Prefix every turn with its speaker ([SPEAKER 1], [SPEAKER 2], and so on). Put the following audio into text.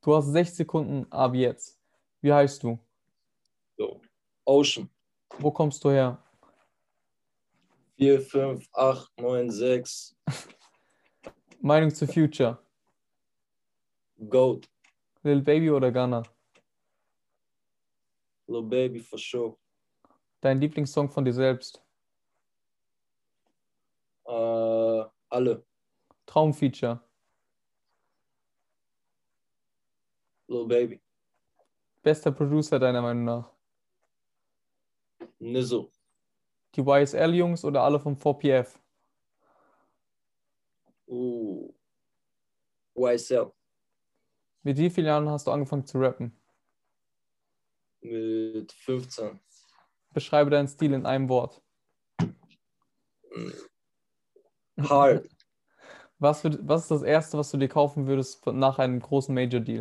[SPEAKER 1] Du hast sechs Sekunden ab jetzt. Wie heißt du?
[SPEAKER 2] So. Ocean.
[SPEAKER 1] Wo kommst du her?
[SPEAKER 2] 4, 5, 8, 9, 6.
[SPEAKER 1] Meinung zu Future?
[SPEAKER 2] Goat.
[SPEAKER 1] Lil Baby oder Ghana?
[SPEAKER 2] Little Baby for sure.
[SPEAKER 1] Dein Lieblingssong von dir selbst?
[SPEAKER 2] Äh, alle.
[SPEAKER 1] Traumfeature?
[SPEAKER 2] Little Baby.
[SPEAKER 1] Bester Producer deiner Meinung nach?
[SPEAKER 2] Nizzle.
[SPEAKER 1] Die YSL-Jungs oder alle vom 4PF?
[SPEAKER 2] Uh. YSL.
[SPEAKER 1] Mit wie vielen Jahren hast du angefangen zu rappen?
[SPEAKER 2] Mit 15.
[SPEAKER 1] Beschreibe deinen Stil in einem Wort.
[SPEAKER 2] Hard.
[SPEAKER 1] Was, würd, was ist das Erste, was du dir kaufen würdest von- nach einem großen Major-Deal?